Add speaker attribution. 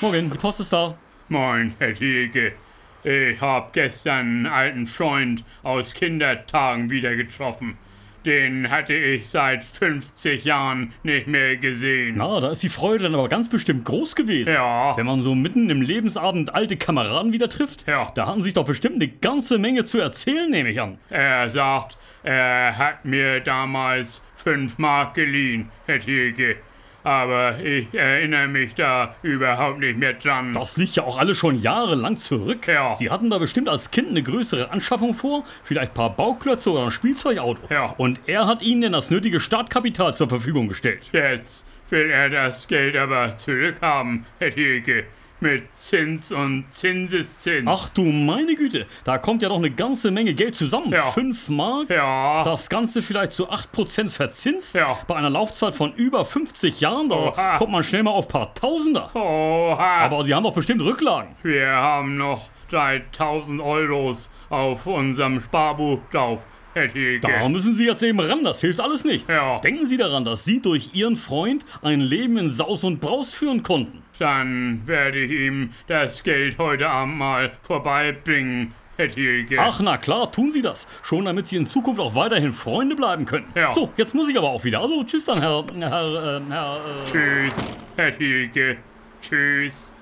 Speaker 1: Morgen, die Post ist da.
Speaker 2: Moin, Herr Thielke. Ich hab gestern einen alten Freund aus Kindertagen wieder getroffen. Den hatte ich seit 50 Jahren nicht mehr gesehen.
Speaker 1: Na, da ist die Freude dann aber ganz bestimmt groß gewesen.
Speaker 2: Ja.
Speaker 1: Wenn man so mitten im Lebensabend alte Kameraden wieder trifft,
Speaker 2: Ja.
Speaker 1: da hatten sich doch bestimmt eine ganze Menge zu erzählen, nehme ich an.
Speaker 2: Er sagt, er hat mir damals 5 Mark geliehen, Herr Thielke. Aber ich erinnere mich da überhaupt nicht mehr dran.
Speaker 1: Das liegt ja auch alle schon jahrelang zurück.
Speaker 2: Ja.
Speaker 1: Sie hatten da bestimmt als Kind eine größere Anschaffung vor, vielleicht ein paar Bauklötze oder ein Spielzeugauto.
Speaker 2: Ja.
Speaker 1: Und er hat ihnen denn das nötige Startkapital zur Verfügung gestellt.
Speaker 2: Jetzt will er das Geld aber zurückhaben, Herr Thielke. Mit Zins und Zinseszins.
Speaker 1: Ach du meine Güte, da kommt ja doch eine ganze Menge Geld zusammen.
Speaker 2: Ja.
Speaker 1: Fünf Mark.
Speaker 2: Ja.
Speaker 1: Das Ganze vielleicht zu 8% verzinst.
Speaker 2: Ja.
Speaker 1: Bei einer Laufzeit von über 50 Jahren, da
Speaker 2: Oha.
Speaker 1: kommt man schnell mal auf paar Tausender.
Speaker 2: Oha.
Speaker 1: Aber sie haben doch bestimmt Rücklagen.
Speaker 2: Wir haben noch 3000 Euros auf unserem Sparbuch drauf, Herr Thielke.
Speaker 1: Da müssen Sie jetzt eben ran, das hilft alles nichts.
Speaker 2: Ja.
Speaker 1: Denken Sie daran, dass Sie durch Ihren Freund ein Leben in Saus und Braus führen konnten.
Speaker 2: Dann werde ich ihm das Geld heute Abend mal vorbeibringen, Herr Thielke.
Speaker 1: Ach, na klar, tun Sie das. Schon damit Sie in Zukunft auch weiterhin Freunde bleiben können.
Speaker 2: Ja.
Speaker 1: So, jetzt muss ich aber auch wieder. Also, tschüss dann, Herr. Herr. Herr. Herr äh,
Speaker 2: Tschüss, Herr Thielke. Tschüss.